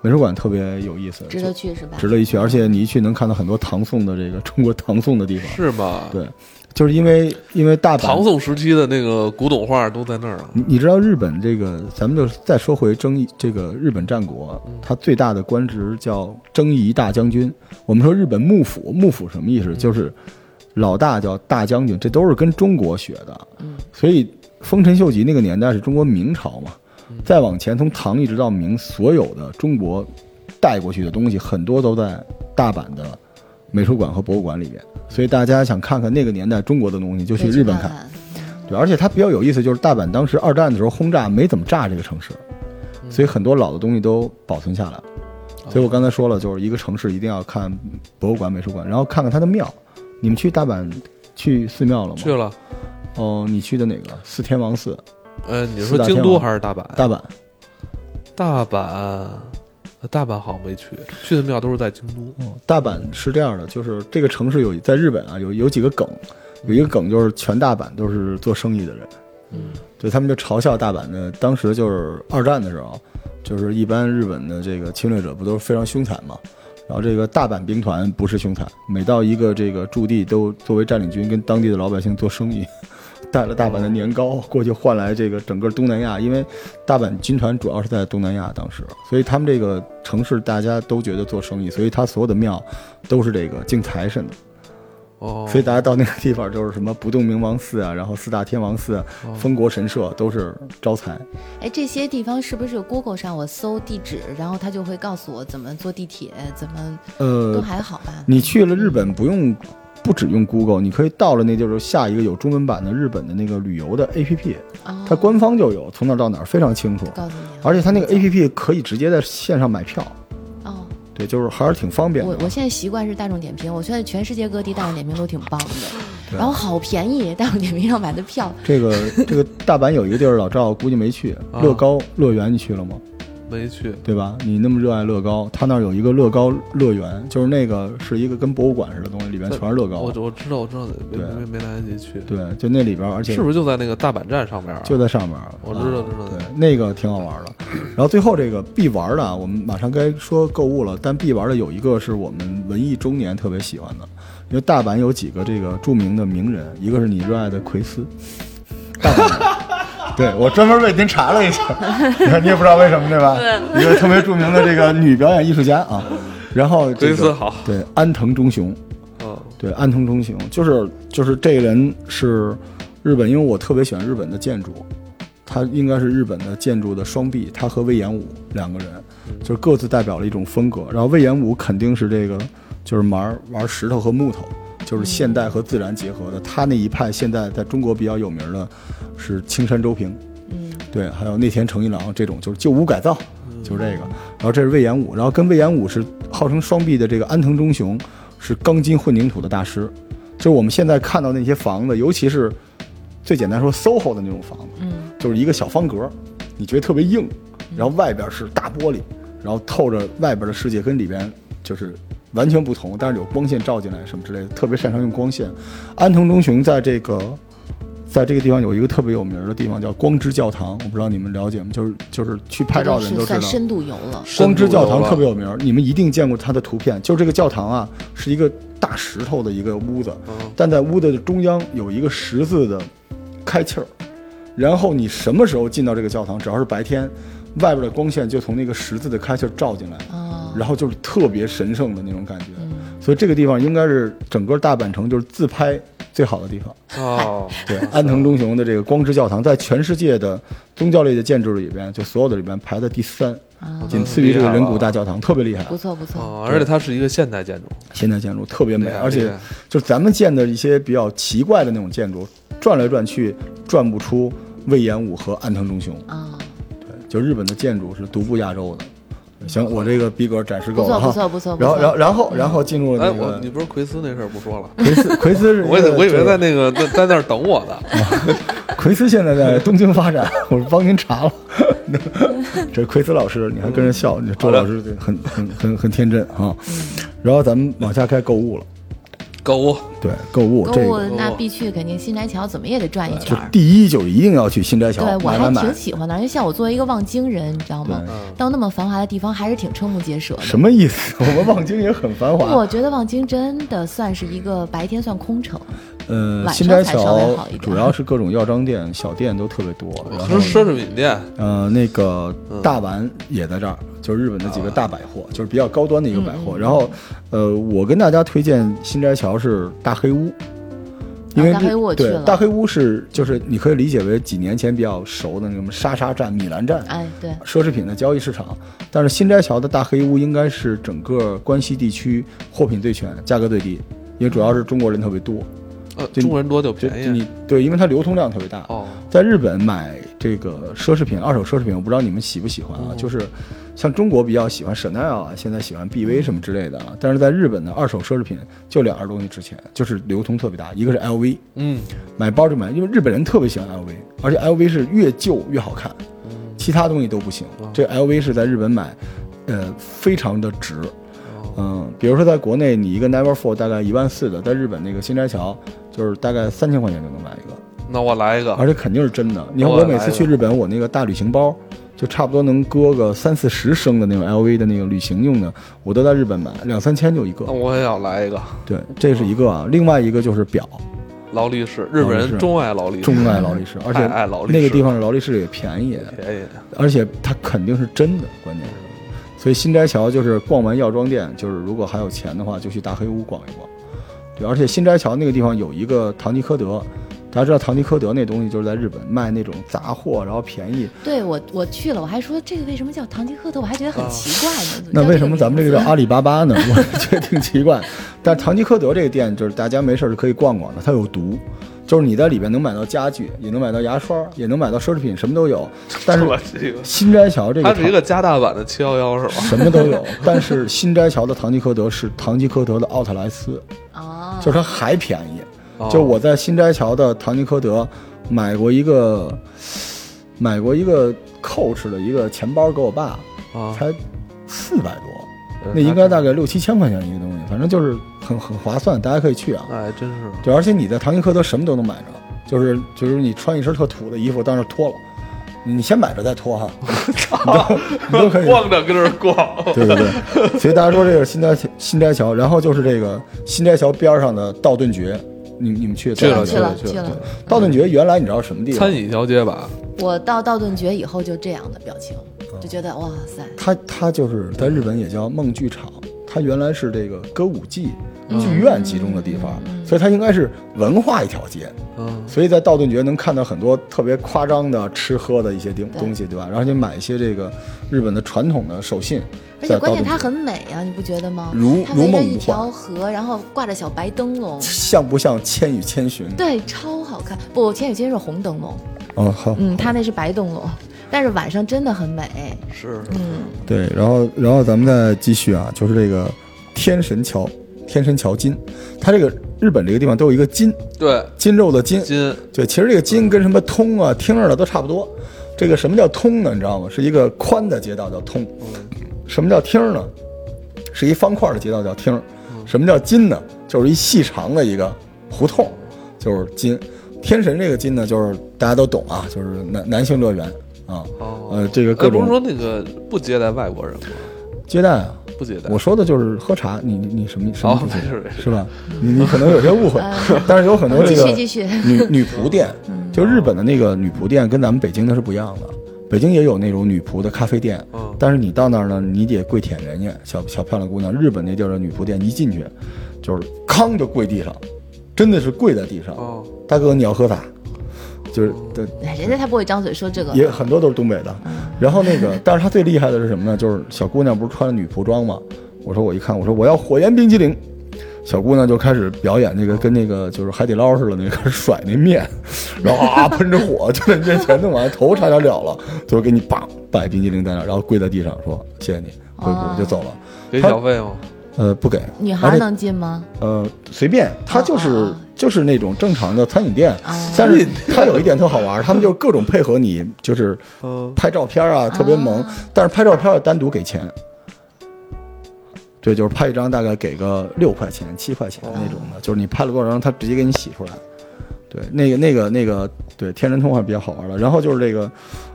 [SPEAKER 3] 美术馆特别有意思，
[SPEAKER 4] 值得去是吧？
[SPEAKER 3] 值得一去，而且你一去能看到很多唐宋的这个中国唐宋的地方，
[SPEAKER 1] 是吗？
[SPEAKER 3] 对，就是因为因为大
[SPEAKER 1] 唐
[SPEAKER 3] 阪。
[SPEAKER 1] 宋时期的那个古董画都在那儿。
[SPEAKER 3] 你你知道日本这个，咱们就再说回征夷这个日本战国，它最大的官职叫征夷大将军。我们说日本幕府，幕府什么意思？就是老大叫大将军，这都是跟中国学的。
[SPEAKER 4] 嗯
[SPEAKER 3] 所以丰臣秀吉那个年代是中国明朝嘛，再往前从唐一直到明，所有的中国带过去的东西很多都在大阪的美术馆和博物馆里面。所以大家想看看那个年代中国的东西，就
[SPEAKER 4] 可
[SPEAKER 3] 去
[SPEAKER 4] 以
[SPEAKER 3] 日本
[SPEAKER 4] 看
[SPEAKER 3] 看。
[SPEAKER 4] 看，
[SPEAKER 3] 对，而且它比较有意思，就是大阪当时二战的时候轰炸没怎么炸这个城市，所以很多老的东西都保存下来了。所以我刚才说了，就是一个城市一定要看博物馆、美术馆，然后看看它的庙。你们去大阪去寺庙了吗？
[SPEAKER 1] 去。了，
[SPEAKER 3] 哦，你去的哪个？四天王寺，
[SPEAKER 1] 呃，你
[SPEAKER 3] 四
[SPEAKER 1] 说
[SPEAKER 3] 大天
[SPEAKER 1] 京都
[SPEAKER 3] 王
[SPEAKER 1] 还是大阪？
[SPEAKER 3] 大阪。
[SPEAKER 1] 大阪，呃大阪好像没去，去的庙都是在京都。
[SPEAKER 3] 哦，大阪是这样的，就是这个城市有在日本啊，有有几个梗，有一个梗就是全大阪都是做生意的人，对他们就嘲笑大阪的，当时就是二战的时候，就是一般日本的这个侵略者不都是非常凶残嘛，然后这个大阪兵团不是凶残，每到一个这个驻地都作为占领军跟当地的老百姓做生意，带了大阪的年糕过去换来这个整个东南亚，因为大阪军团主要是在东南亚当时，所以他们这个城市大家都觉得做生意，所以他所有的庙都是这个敬财神的。
[SPEAKER 1] 哦，
[SPEAKER 3] 所以大家到那个地方就是什么不动明王寺啊，然后四大天王寺啊、丰国神社都是招财。
[SPEAKER 4] 哎，这些地方是不是 Google 上我搜地址，然后它就会告诉我怎么坐地铁，怎么都
[SPEAKER 3] 呃，
[SPEAKER 4] 还好吧？
[SPEAKER 3] 你去了日本不用不只用 Google，你可以到了那就是下一个有中文版的日本的那个旅游的 APP，
[SPEAKER 4] 哦
[SPEAKER 3] 它官方就有，从哪儿到哪儿非常清楚，
[SPEAKER 4] 告诉你啊，
[SPEAKER 3] 而且它那个 APP 可以直接在线上买票，
[SPEAKER 4] 哦，
[SPEAKER 3] 对，就是还是挺方便
[SPEAKER 4] 我我
[SPEAKER 3] 的。
[SPEAKER 4] 现在习惯是大众点评，我现在全世界各地大众点评都挺棒的，然后好便宜，大众点评上买的票，
[SPEAKER 3] 这个 这个大阪有一个地儿，老赵估计没去，
[SPEAKER 1] 啊
[SPEAKER 3] 乐高乐园你去了吗？
[SPEAKER 1] 没去，
[SPEAKER 3] 对吧？你那么热爱乐高，他那儿有一个乐高乐园，就是那个是一个跟博物馆似的东西，里边全是乐
[SPEAKER 1] 我
[SPEAKER 3] 高。啊
[SPEAKER 1] 我知道我知道，没
[SPEAKER 3] 对啊
[SPEAKER 1] 没没来得及去，
[SPEAKER 3] 对，就那里边，而且
[SPEAKER 1] 是不是就在那个大阪站上面啊？
[SPEAKER 3] 就在上面儿。
[SPEAKER 1] 我知道
[SPEAKER 3] 啊
[SPEAKER 1] 知道
[SPEAKER 3] 对，那个挺好玩 的。然后最后这个必玩的啊，我们马上该说购物了，但必玩的有一个是我们文艺中年特别喜欢的，因为大阪有几个这个著名的名人，一个是你热爱的奎斯，大阪。对，我专门为您查了一下，你看你也不知道为什么对吧？一个特别著名的这个女表演艺术家啊，然后这
[SPEAKER 1] 奎
[SPEAKER 3] 个
[SPEAKER 1] 斯好
[SPEAKER 3] 对安藤忠雄，
[SPEAKER 1] 嗯
[SPEAKER 3] 对，安藤忠雄就是就是这个人是日本，因为我特别喜欢日本的建筑，他应该是日本的建筑的双臂，他和魏延武两个人就是各自代表了一种风格。然后魏延武肯定是这个就是玩玩石头和木头，就是现代和自然结合的。他那一派现在在中国比较有名的是青山周平，
[SPEAKER 4] 嗯，
[SPEAKER 3] 对，还有内田诚一郎这种，就是旧屋改造，就是这个。然后这是魏延武，然后跟魏延武是号称双臂的这个安藤忠雄，是钢筋混凝土的大师。就是我们现在看到那些房子，尤其是最简单说 SOHO 的那种房子，
[SPEAKER 4] 嗯，
[SPEAKER 3] 就是一个小方格，你觉得特别硬，然后外边是大玻璃，然后透着外边的世界跟里边就是完全不同，但是有光线照进来什么之类的，特别擅长用光线。安藤忠雄在这个在这个地方有一个特别有名的地方叫光之教堂，我不知道你们了解吗？就是就是去拍照的人
[SPEAKER 4] 这
[SPEAKER 3] 都知
[SPEAKER 4] 个是
[SPEAKER 3] 道
[SPEAKER 4] 算。深度游啊了，
[SPEAKER 3] 光之教堂特别
[SPEAKER 1] 有
[SPEAKER 3] 有名，你们一定见过它的图片。就是这个教堂啊，是一个大石头的一个屋子，
[SPEAKER 1] 嗯
[SPEAKER 3] 但在屋子的中央有一个十字的开气儿。然后你什么时候进到这个教堂，只要是白天，外边的光线就从那个十字的开气儿照进来，
[SPEAKER 4] 啊，
[SPEAKER 3] 然后就是特别神圣的那种感觉。所以这个地方应该是整个大阪城就是自拍最好的地方。
[SPEAKER 1] 哦，
[SPEAKER 3] 对，安藤忠雄的这个光之教堂，在全世界的宗教类的建筑里边，就所有的里边排在第三，
[SPEAKER 4] 啊，
[SPEAKER 3] 仅次于这个人骨大教堂，特别厉害。
[SPEAKER 4] 不错不错，
[SPEAKER 1] 哦，而且它是一个现代建筑，
[SPEAKER 3] 现代建筑特别美，
[SPEAKER 1] 厉害
[SPEAKER 3] 而
[SPEAKER 1] 厉
[SPEAKER 3] 且
[SPEAKER 1] 害
[SPEAKER 3] 就是咱们见的一些比较奇怪的那种建筑，转来转去转不出魏延武和安藤忠雄。
[SPEAKER 4] 啊，
[SPEAKER 3] 对，就日本的建筑是独步亚洲的。行，我这个逼格展示
[SPEAKER 4] 不
[SPEAKER 3] 够
[SPEAKER 4] 错
[SPEAKER 3] 了哈。
[SPEAKER 4] 不错不错不
[SPEAKER 3] 然后，然后，
[SPEAKER 4] 错，
[SPEAKER 3] 然后，然后进入了
[SPEAKER 1] 哎，
[SPEAKER 3] 那
[SPEAKER 1] 我
[SPEAKER 3] 个
[SPEAKER 1] 你不是奎斯那事儿不说了，
[SPEAKER 3] 奎斯，奎斯是一个
[SPEAKER 1] 我以为我以为在
[SPEAKER 3] 这
[SPEAKER 1] 那个在在那儿等我 呢。
[SPEAKER 3] 个奎斯现在在东京发展， 我帮您查了。 这是奎斯老师，你还跟人笑，你周
[SPEAKER 1] 好的
[SPEAKER 3] 老师很很很很天真啊。
[SPEAKER 4] 嗯
[SPEAKER 3] 然后咱们往下该购物了，
[SPEAKER 1] 购物，
[SPEAKER 3] 对，购物
[SPEAKER 4] 购
[SPEAKER 3] 这
[SPEAKER 4] 物
[SPEAKER 1] 哦
[SPEAKER 3] 个
[SPEAKER 4] 那必去，肯定新宅桥怎么也得转一圈
[SPEAKER 3] 就
[SPEAKER 4] 儿。
[SPEAKER 3] 第一就是一定要去新斋桥
[SPEAKER 4] 对我
[SPEAKER 3] 买
[SPEAKER 4] 还
[SPEAKER 3] 买买
[SPEAKER 4] 挺，喜欢的，因为像我作为一个望京人，你知道吗
[SPEAKER 3] 对？
[SPEAKER 1] 嗯
[SPEAKER 4] 到那么繁华的地方，还是挺瞠目结舌的。
[SPEAKER 3] 什么意思？ 我们望京也很繁华
[SPEAKER 4] 我。觉得望京真的算是一个白天算空城，
[SPEAKER 3] 呃，
[SPEAKER 4] 晚
[SPEAKER 3] 新
[SPEAKER 4] 上
[SPEAKER 3] 斋
[SPEAKER 4] 才稍微
[SPEAKER 3] 桥
[SPEAKER 4] 好一点
[SPEAKER 3] 主要是各种药妆店、小店都特别多，然后
[SPEAKER 1] 奢奢侈品店，
[SPEAKER 3] 呃，那个大丸也在这儿，就是日本的几个大百货，就是比较高端的一个
[SPEAKER 4] 嗯
[SPEAKER 3] 百货。然后，呃，我跟大家推荐新斋桥是大黑屋，因为
[SPEAKER 4] 啊大
[SPEAKER 3] 这
[SPEAKER 4] 黑屋我去
[SPEAKER 3] 对
[SPEAKER 4] 了
[SPEAKER 3] 大黑屋是就是你可以理解为几年前比较熟的那个什么莎莎站、米兰站，
[SPEAKER 4] 哎，对，
[SPEAKER 3] 奢侈品的交易市场，但是新斋桥的大黑屋应该是整个关西地区货品最全、价格最低，因为主要是中国人特别多，
[SPEAKER 1] 呃，
[SPEAKER 3] 就
[SPEAKER 1] 中国人多就
[SPEAKER 3] 就
[SPEAKER 1] 便宜。
[SPEAKER 3] 你对，因为它流通量特别大。
[SPEAKER 1] 哦，
[SPEAKER 3] 在日本买这个奢侈品、二手奢侈品，我不知道你们喜不喜欢啊，
[SPEAKER 1] 哦
[SPEAKER 3] 就是像中国比较喜欢 Chanel 啊，现在喜欢
[SPEAKER 1] 嗯
[SPEAKER 3] BV 什么之类的啊，但是在日本的二手奢侈品就两样东西值钱，就是流通特别大，一个是 LV，
[SPEAKER 1] 嗯，
[SPEAKER 3] 买包就买，因为日本人特别喜欢 LV，而且 LV 是越旧越好看，
[SPEAKER 1] 嗯
[SPEAKER 3] 其他东西都不行。
[SPEAKER 1] 哦
[SPEAKER 3] 这 LV 是在日本买，呃，非常的值。
[SPEAKER 1] 哦
[SPEAKER 3] 嗯，比如说在国内，你一个 Never f o r 大概一万四的，在日本那个新斋桥就是大概三千块钱就能买一个，
[SPEAKER 1] 那我来一个，
[SPEAKER 3] 而且肯定是真的。你看我每次去日本，我那个大旅行包就差不多能搁个三四十升的那种 LV 的那个旅行用的，我都在日本买，两三千就一个
[SPEAKER 1] 那。我也要来一个。
[SPEAKER 3] 对，这是一个啊。另外一个就是
[SPEAKER 1] 哦
[SPEAKER 3] 表，
[SPEAKER 1] 劳力士，日本
[SPEAKER 3] 劳力士
[SPEAKER 1] 人钟爱劳力士，
[SPEAKER 3] 钟爱劳力士，而且
[SPEAKER 1] 太爱劳力士
[SPEAKER 3] 那个地方的劳力士也便宜，
[SPEAKER 1] 便宜。
[SPEAKER 3] 而且它肯定是真的，关键是。所以新斋桥就是逛完药妆店，就是如果还有钱的话，就去大黑屋逛一逛。对，而且新斋桥那个地方有一个唐吉诃德，大家知道唐吉诃德那东西就是在日本卖那种杂货，然后便宜。
[SPEAKER 4] 对我我去了，我还说这个为什么叫唐吉诃德，我还觉得
[SPEAKER 1] 哦
[SPEAKER 4] 很奇怪 呢。
[SPEAKER 3] 那
[SPEAKER 4] 叫
[SPEAKER 3] 为什么咱们这个
[SPEAKER 4] 名
[SPEAKER 3] 叫阿里巴巴呢？我觉得挺奇怪。但唐吉诃德这个店，就是大家没事儿就可以逛逛的，它有毒。就是你在里边能买到家具，也能买到牙刷，也能买到奢侈品，什么都有。但 是
[SPEAKER 1] 我这个，
[SPEAKER 3] 新斋桥这个
[SPEAKER 1] 它是一
[SPEAKER 3] 厂
[SPEAKER 1] 个加大版的七幺幺是吧？
[SPEAKER 3] 什么都有，但是新斋桥的唐吉诃德是唐吉诃德的奥特莱斯，
[SPEAKER 4] 字啊？
[SPEAKER 3] 就是它还便宜。
[SPEAKER 1] 哦
[SPEAKER 3] 就我在新斋桥的唐吉诃德买过一个，买过一个 Coach 的一个钱包给我爸，
[SPEAKER 1] 啊，
[SPEAKER 3] 才四百多，那应该大概六七千块钱一个东西，反正就是很很划算，大家可以去啊。
[SPEAKER 1] 哎，真是
[SPEAKER 3] 对，而且你在唐吉诃德什么都能买着，就是就是你穿一身特土的衣服，但是脱了，你先买着再脱哈，你都你 都可以。
[SPEAKER 1] 逛着跟这儿逛，
[SPEAKER 3] 对对对，所以大家说这个新斋桥新斋桥，然后就是这个新斋桥边上的道顿崛，你你们去
[SPEAKER 1] 去了
[SPEAKER 4] 去
[SPEAKER 1] 了
[SPEAKER 4] 了
[SPEAKER 1] 去
[SPEAKER 4] 去了。
[SPEAKER 3] 道顿崛原来你知道什么地方
[SPEAKER 1] 餐？饮条街吧？
[SPEAKER 4] 我到道顿崛以后就这样的表情，
[SPEAKER 3] 哦
[SPEAKER 4] 就觉得哇塞，
[SPEAKER 3] 它它就是在日本也叫梦剧场，它原来是这个歌舞伎
[SPEAKER 4] 嗯
[SPEAKER 3] 剧院集中的地方，所以它应该是文化一条街。
[SPEAKER 1] 嗯，
[SPEAKER 3] 所以在道顿崛能看到很多特别夸张的吃喝的一些东
[SPEAKER 4] 对
[SPEAKER 3] 东西，对吧？然后就买一些这个日本的传统的手信，在
[SPEAKER 4] 而且
[SPEAKER 3] 道
[SPEAKER 4] 关
[SPEAKER 3] 顿
[SPEAKER 4] 键它
[SPEAKER 3] 崛
[SPEAKER 4] 很美啊，你不觉得吗？
[SPEAKER 3] 如
[SPEAKER 4] 它
[SPEAKER 3] 如
[SPEAKER 4] 围着
[SPEAKER 3] 梦
[SPEAKER 4] 一
[SPEAKER 3] 如
[SPEAKER 4] 条
[SPEAKER 3] 幻，
[SPEAKER 4] 河，然后挂着小白灯笼
[SPEAKER 3] 像不像《千与千寻》？
[SPEAKER 4] 对，超好看。不，我前几天是红灯笼，
[SPEAKER 3] 哦，好，
[SPEAKER 4] 嗯，它那是白灯笼，但是晚上真的很美。
[SPEAKER 1] 是
[SPEAKER 4] 嗯，
[SPEAKER 3] 对，然后然后咱们再继续啊，就是这个天神桥，天神桥筋，它这个日本这个地方都有一个筋，
[SPEAKER 1] 对
[SPEAKER 3] 筋肉的筋。
[SPEAKER 1] 金
[SPEAKER 3] 对，其实这个筋跟什么通啊、听着的都差不多。这个什么叫通呢？你知道吗？是一个宽的街道叫通。
[SPEAKER 1] 嗯
[SPEAKER 3] 什么叫厅呢？是一方块的街道叫厅。
[SPEAKER 1] 嗯
[SPEAKER 3] 什么叫筋呢？就是一细长的一个胡同，就是筋。天神这个筋呢，就是大家都懂啊，就是男男性乐园啊，
[SPEAKER 1] 哦，
[SPEAKER 3] 呃，这个
[SPEAKER 1] 哎
[SPEAKER 3] 各
[SPEAKER 1] 不是
[SPEAKER 3] 种
[SPEAKER 1] 说那个不接待外国人吗？
[SPEAKER 3] 接待啊。
[SPEAKER 1] 不接待
[SPEAKER 3] 我，说的就是喝茶，你你你什么什么
[SPEAKER 1] 哦
[SPEAKER 3] 意思
[SPEAKER 1] 没事没事
[SPEAKER 3] 是吧？你你可能有些误会， 但是有很多这
[SPEAKER 4] 嗯继
[SPEAKER 3] 个
[SPEAKER 4] 续嗯继续，
[SPEAKER 3] 女女仆店，就日本的那个女仆店跟咱们北京的是不一样的。
[SPEAKER 4] 嗯
[SPEAKER 3] 北京也有那种女仆的咖啡店，
[SPEAKER 1] 嗯
[SPEAKER 3] 但是你到那儿呢，你得跪舔人家小小漂亮姑娘。日本那地儿的女仆店一进去，就是康就跪地上，真的是跪在地上。
[SPEAKER 1] 哦
[SPEAKER 3] 大哥，你要喝啥？就是对，
[SPEAKER 4] 哎人家才不会张嘴说这个。
[SPEAKER 3] 也很多都是东北的。
[SPEAKER 4] 嗯
[SPEAKER 3] 然后那 个，但是他最厉害的是什么呢？就是小姑娘不是穿着女仆装吗？我说我一看，我说我要火焰冰激凌。小姑娘就开始表演
[SPEAKER 4] 哦
[SPEAKER 3] 那个跟那个就是海底捞似的那个开始甩那 面，然后啊喷着火就在你面前弄完，头差点了了，最后给你叭摆冰激凌在那儿，然后跪在地上说谢谢你，回
[SPEAKER 4] 哦
[SPEAKER 3] 我就走了。
[SPEAKER 1] 给小费吗？
[SPEAKER 3] 呃，不给
[SPEAKER 4] 女
[SPEAKER 3] 而
[SPEAKER 4] 孩
[SPEAKER 3] 且
[SPEAKER 4] 能进吗？
[SPEAKER 3] 呃，随便，它就是、
[SPEAKER 4] 哦哦哦
[SPEAKER 3] 就是那种正常的餐饮店，
[SPEAKER 4] 哦
[SPEAKER 3] 但是它有一点特好 玩儿，他们就是各种配合你，就是
[SPEAKER 1] 嗯，
[SPEAKER 3] 拍照片啊，
[SPEAKER 4] 哦
[SPEAKER 3] 特别萌，但是拍照片要单独给钱。对，就是拍一张大概给个六块钱、七块钱那种
[SPEAKER 4] 哦
[SPEAKER 3] 的，就是你拍了多少张，他直接给你洗出来。对，那个、那个、那个，对，天人通话比较好玩了。然后就是这个，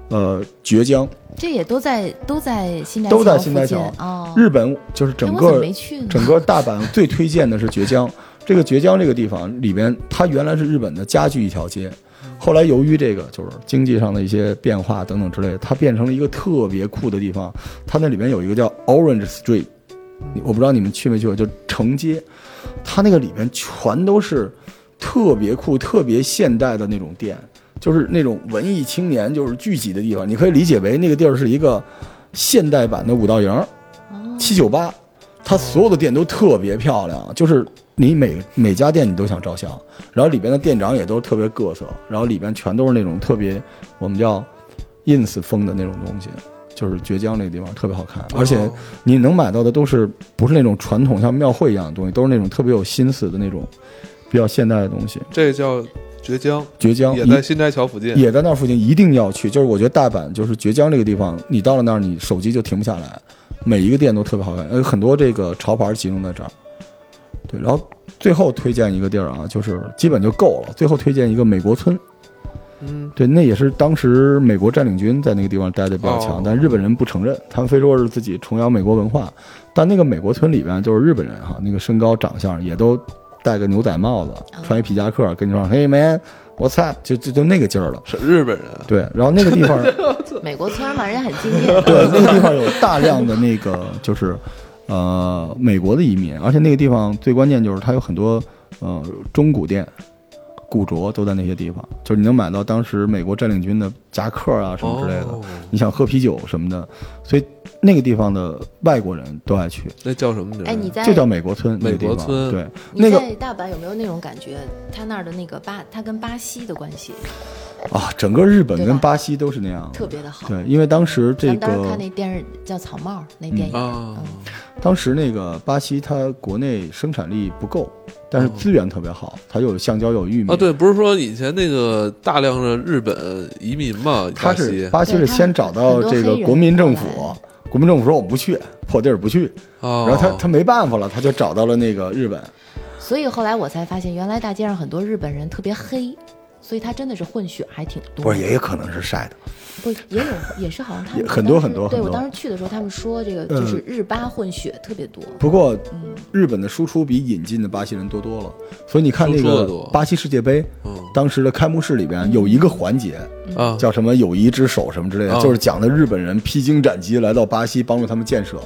[SPEAKER 3] 呃，绝江，
[SPEAKER 4] 这也都在都在新斋
[SPEAKER 3] 都在
[SPEAKER 4] 桥
[SPEAKER 3] 新
[SPEAKER 4] 附
[SPEAKER 3] 斋
[SPEAKER 4] 近
[SPEAKER 3] 桥
[SPEAKER 4] 哦。
[SPEAKER 3] 日本就是
[SPEAKER 4] 哎
[SPEAKER 3] 整
[SPEAKER 4] 我怎么
[SPEAKER 3] 个
[SPEAKER 4] 没去呢？
[SPEAKER 3] 整个大阪最推荐的是绝江。这个绝江这个地方里边，它原来是日本的家具一条街，后来由于这个就是经济上的一些变化等等之类的，它变成了一个特别酷的地方。它那里边有一个叫 Orange Street，你我不知道你们去没去过，就城街，它那个里边全都是特别酷、特别现代的那种店，就是那种文艺青年就是聚集的地方。你可以理解为那个地儿是一个现代版的五道营儿。
[SPEAKER 4] 哦
[SPEAKER 3] 七九八，它所有的店都特别漂亮，就是你每每家店你都想照相，然后里边的店长也都特别各色，然后里边全都是那种特别我们叫 ins 风的那种东西，就是绝江那个地方特别好看，
[SPEAKER 1] 哦
[SPEAKER 3] 而且你能买到的都是不是那种传统像庙会一样的东西，都是那种特别有心思的那种比较现代的东西。
[SPEAKER 1] 这叫绝江，
[SPEAKER 3] 绝江
[SPEAKER 1] 也
[SPEAKER 3] 一
[SPEAKER 1] 在新斋桥附近。
[SPEAKER 3] 也在那附近，一定要去。就是我觉得大阪就是绝江这个地方，你到了那儿，你手机就停不下来，每一个店都特别好看，呃，很多这个潮牌集中在这儿。对，然后最后推荐一个地儿啊，就是基本就够了。最后推荐一个美国村，
[SPEAKER 1] 嗯，
[SPEAKER 3] 对，那也是当时美国占领军在那个地方待的比较强，
[SPEAKER 1] 哦
[SPEAKER 3] 但日本人不承认，他们非说是自己崇洋美国文化。但那个美国村里边就是日本人哈，那个身高长相也都戴个牛仔帽子，穿一皮夹克，跟你说 “Hey man”，“What's up”，就就就那个劲儿了。
[SPEAKER 1] 是日本人，
[SPEAKER 3] 对，然后那个地方，
[SPEAKER 4] 美国村儿嘛，人家很敬业 的。
[SPEAKER 3] 对，那个地方有大量的那个就是呃美国的移民，而且那个地方最关键就是它有很多呃中古店、古着都在那些地方，就是你能买到当时美国占领军的夹克啊什么之类的。
[SPEAKER 1] 哦
[SPEAKER 3] 你想喝啤酒什么的，所以那个地方的外国人都爱去，
[SPEAKER 1] 那叫什么名儿？啊
[SPEAKER 4] 哎，你在
[SPEAKER 3] 就叫美国村。
[SPEAKER 1] 美国
[SPEAKER 3] 那个地方
[SPEAKER 1] 村
[SPEAKER 3] 对，
[SPEAKER 4] 你
[SPEAKER 3] 那个
[SPEAKER 4] 在大阪有没有那种感觉？他那儿的那个巴，他跟巴西的关系
[SPEAKER 3] 啊，整个日本
[SPEAKER 4] 对
[SPEAKER 3] 跟
[SPEAKER 4] 吧
[SPEAKER 3] 巴西都是那样
[SPEAKER 4] 特
[SPEAKER 3] 的。
[SPEAKER 4] 别的好。
[SPEAKER 3] 对，因为当时这
[SPEAKER 4] 咱们当时看
[SPEAKER 3] 个，嗯
[SPEAKER 4] 那电视叫《草帽》那电影，嗯
[SPEAKER 1] 啊，
[SPEAKER 3] 当时那个巴西，它国内生产力不够，但是
[SPEAKER 1] 哦
[SPEAKER 3] 资源特别好，它又有橡胶，又有玉米
[SPEAKER 1] 啊，。对，不是说以前那个大量的日本移民嘛，
[SPEAKER 3] 它
[SPEAKER 1] 巴
[SPEAKER 3] 是
[SPEAKER 1] 西
[SPEAKER 3] 巴西是
[SPEAKER 4] 对它
[SPEAKER 3] 先找到
[SPEAKER 4] 很多
[SPEAKER 3] 这个
[SPEAKER 4] 黑人
[SPEAKER 3] 国民政府
[SPEAKER 4] 过来，
[SPEAKER 3] 国民政府说我们不去，破地儿不去，
[SPEAKER 1] 哦
[SPEAKER 3] 然后他他没办法了，他就找到了那个日本。
[SPEAKER 4] 所以后来我才发现，原来大街上很多日本人特别黑，所以他真的是混血还挺多。
[SPEAKER 3] 不是，也有可能是晒的。
[SPEAKER 4] 不是也有也是好像他们
[SPEAKER 3] 也很多
[SPEAKER 4] 当时
[SPEAKER 3] 很多
[SPEAKER 4] 对
[SPEAKER 3] 很
[SPEAKER 4] 我
[SPEAKER 3] 多嗯
[SPEAKER 4] 当时去的时候，他们说这个就是日巴混血特别多。
[SPEAKER 3] 不过，日本的输出比引进的巴西人多多了，所以你看那
[SPEAKER 1] 输出的
[SPEAKER 3] 个
[SPEAKER 1] 多
[SPEAKER 3] 巴西世界杯
[SPEAKER 1] 嗯，
[SPEAKER 3] 当时的开幕式里边有一个环节
[SPEAKER 1] 啊，
[SPEAKER 3] 叫什么“友谊之手”什么之类的，
[SPEAKER 1] 啊
[SPEAKER 3] 就是讲的日本人披荆斩棘来到巴西，帮助他们建设。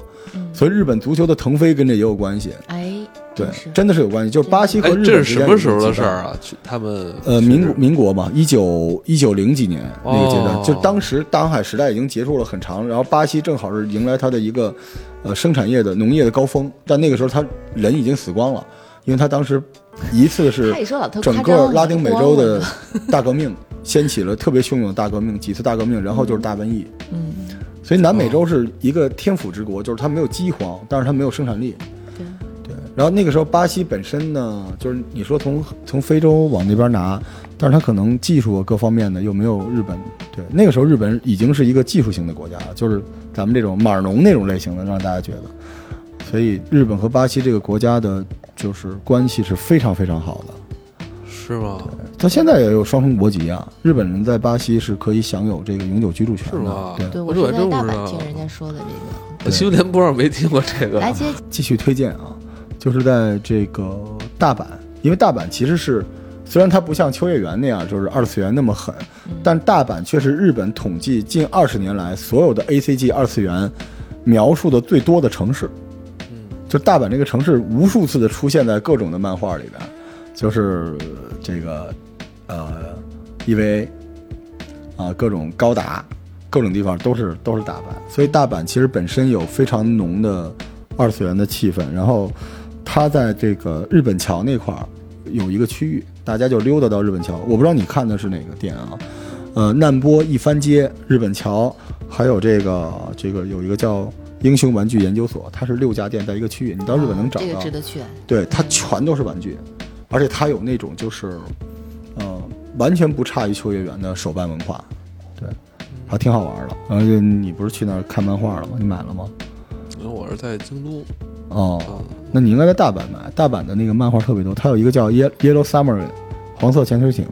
[SPEAKER 3] 所以日本足球的腾飞跟这也有关系，
[SPEAKER 4] 哎，
[SPEAKER 3] 对
[SPEAKER 4] 真是，
[SPEAKER 3] 真的是有关系。就是巴西和
[SPEAKER 1] 哎
[SPEAKER 3] 日，本
[SPEAKER 1] 这是
[SPEAKER 3] 之
[SPEAKER 1] 什
[SPEAKER 3] 间
[SPEAKER 1] 么
[SPEAKER 3] 有
[SPEAKER 1] 时候的事儿
[SPEAKER 3] 几
[SPEAKER 1] 啊？去他们
[SPEAKER 3] 段？呃，民国民国嘛，一九一九零几年那个阶段，
[SPEAKER 1] 哦
[SPEAKER 3] 就当时大航海时代已经结束了很长，然后巴西正好是迎来它的一个呃生产业的农业的高峰，但那个时候他人已经死光了，因为他当时一次是
[SPEAKER 4] 他也说老特
[SPEAKER 3] 整
[SPEAKER 4] 夸张
[SPEAKER 3] 个
[SPEAKER 4] 了
[SPEAKER 3] 拉丁美洲的
[SPEAKER 4] 光
[SPEAKER 3] 大革命掀起了特别汹涌的大革命，几次大革命，然后就是大瘟疫，
[SPEAKER 4] 嗯，
[SPEAKER 3] 所以南美洲是一个天府之国，就是它没有饥荒，但是它没有生产力。
[SPEAKER 4] 对，
[SPEAKER 3] 对，然后那个时候巴西本身呢，就是你说从从非洲往那边拿，但是它可能技术啊各方面的又没有日本。对，那个时候日本已经是一个技术型的国家了，就是咱们这种马尔农那种类型的，让大家觉得。所以日本和巴西这个国家的，就是关系是非常非常好的。
[SPEAKER 1] 是吗？
[SPEAKER 3] 它现在也有双重国籍啊，日本人在巴西是可以享有这个永久居住权
[SPEAKER 1] 是
[SPEAKER 3] 的
[SPEAKER 1] 吗。
[SPEAKER 3] 对，
[SPEAKER 4] 对
[SPEAKER 1] 我
[SPEAKER 4] 我
[SPEAKER 1] 这
[SPEAKER 4] 是
[SPEAKER 1] 还
[SPEAKER 4] 在
[SPEAKER 1] 真不
[SPEAKER 4] 大
[SPEAKER 1] 知
[SPEAKER 4] 阪
[SPEAKER 1] 道
[SPEAKER 4] 听人家说的这
[SPEAKER 1] 我新闻联播上没听过这
[SPEAKER 4] 个。
[SPEAKER 1] 个
[SPEAKER 4] 来，接
[SPEAKER 3] 继续推荐啊，就是在这个大阪，因为大阪其实是虽然它不像秋叶原那样就是二次元那么狠，但大阪却是日本统计近二十年来所有的 A C G 二次元描述的最多的城市。就大阪这个城市，无数次的出现在各种的漫画里边，就是这个呃，EVA 啊，各种高达，各种地方都是都是大阪，所以大阪其实本身有非常浓的二次元的气氛。然后它在这个日本桥那块儿有一个区域，大家就溜达到日本桥。我不知道你看的是哪个店啊？呃，难波一番街、日本桥，还有这个这个有一个叫英雄玩具研究所，它是六家店在一个区域，你到日本能找到。
[SPEAKER 4] 啊这个值得去，
[SPEAKER 3] 对，它全都是玩具，而且它有那种就是，呃，完全不差于秋叶原的手办文化，对，还挺好玩的。而且你不是去那儿看漫画了吗？你买了吗？
[SPEAKER 1] 因为我是在京都，嗯
[SPEAKER 3] 哦，那你应该在大阪买，大阪的那个漫画特别多，它有一个叫《Ye- Yellow Submarine》黄色潜水艇，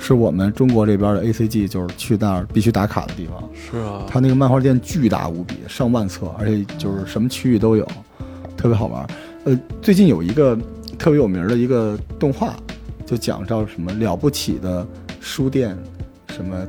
[SPEAKER 3] 是我们中国这边的 A C G，就是去那儿必须打卡的地方。
[SPEAKER 1] 是啊，
[SPEAKER 3] 它那个漫画店巨大无比，上万册，而且就是什么区域都有，特别好玩。呃，最近有一个特别有名儿的一个动画，就讲到什么了不起的书店，什么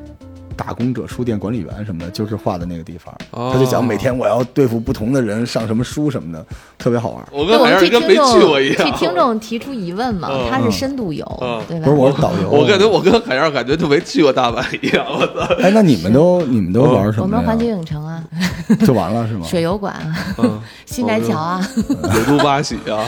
[SPEAKER 3] 打工者书店管理员什么的，就是画的那个地方。
[SPEAKER 1] 哦
[SPEAKER 3] 他就讲每天我要对付不同的人，上什么书什么的，特别好玩。
[SPEAKER 1] 我
[SPEAKER 4] 对，
[SPEAKER 1] 跟
[SPEAKER 4] 我
[SPEAKER 1] 好
[SPEAKER 4] 们
[SPEAKER 1] 像
[SPEAKER 4] 替
[SPEAKER 1] 跟
[SPEAKER 4] 听
[SPEAKER 1] 没去过
[SPEAKER 4] 众
[SPEAKER 1] 一
[SPEAKER 4] 替
[SPEAKER 1] 样。
[SPEAKER 4] 听众提出疑问嘛
[SPEAKER 1] 嗯，
[SPEAKER 4] 他是深度游
[SPEAKER 1] 嗯，
[SPEAKER 4] 对吧？
[SPEAKER 3] 不是我是导游，
[SPEAKER 1] 我感觉我跟海燕儿感觉就没去过大阪一样，我操！
[SPEAKER 3] 哎，那你们都你们都玩什
[SPEAKER 4] 我
[SPEAKER 3] 么
[SPEAKER 4] 们环球
[SPEAKER 3] 呀？哦
[SPEAKER 4] 影城啊，
[SPEAKER 3] 就完了是吗？
[SPEAKER 4] 水游馆啊，
[SPEAKER 1] 嗯，
[SPEAKER 4] 新
[SPEAKER 3] 哦
[SPEAKER 4] 宅桥啊，
[SPEAKER 1] 有都巴喜 啊，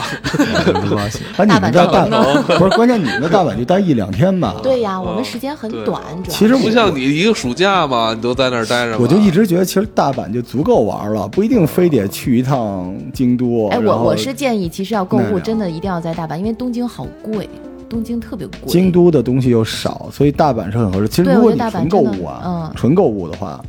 [SPEAKER 3] 哎，你们在
[SPEAKER 4] 大
[SPEAKER 3] 大
[SPEAKER 4] 阪
[SPEAKER 3] 阪不是关键，你们在大阪就待一两天吧？
[SPEAKER 4] 对呀，我们
[SPEAKER 1] 嗯
[SPEAKER 4] 时间很
[SPEAKER 1] 对
[SPEAKER 4] 短，主要
[SPEAKER 3] 其实
[SPEAKER 4] 是
[SPEAKER 1] 不像你一个暑假嘛，你都在那儿待着嘛。
[SPEAKER 3] 我就一直觉得，其实大阪就足够玩了，不一定非得去一趟京都。啊
[SPEAKER 4] 哎，
[SPEAKER 3] 然
[SPEAKER 4] 我
[SPEAKER 3] 后
[SPEAKER 4] 我是建议，其实要购
[SPEAKER 3] 奈
[SPEAKER 4] 物，
[SPEAKER 3] 良
[SPEAKER 4] 真的一定要在大阪，因为东京好贵，东京特别贵。
[SPEAKER 3] 京都的东西又少，所以大阪是很合适。其实
[SPEAKER 4] 对
[SPEAKER 3] 如果
[SPEAKER 4] 我觉
[SPEAKER 3] 你
[SPEAKER 4] 得大
[SPEAKER 3] 纯
[SPEAKER 4] 阪
[SPEAKER 3] 购
[SPEAKER 4] 真
[SPEAKER 3] 物
[SPEAKER 4] 的
[SPEAKER 3] 啊，
[SPEAKER 4] 嗯
[SPEAKER 3] 纯购物的话，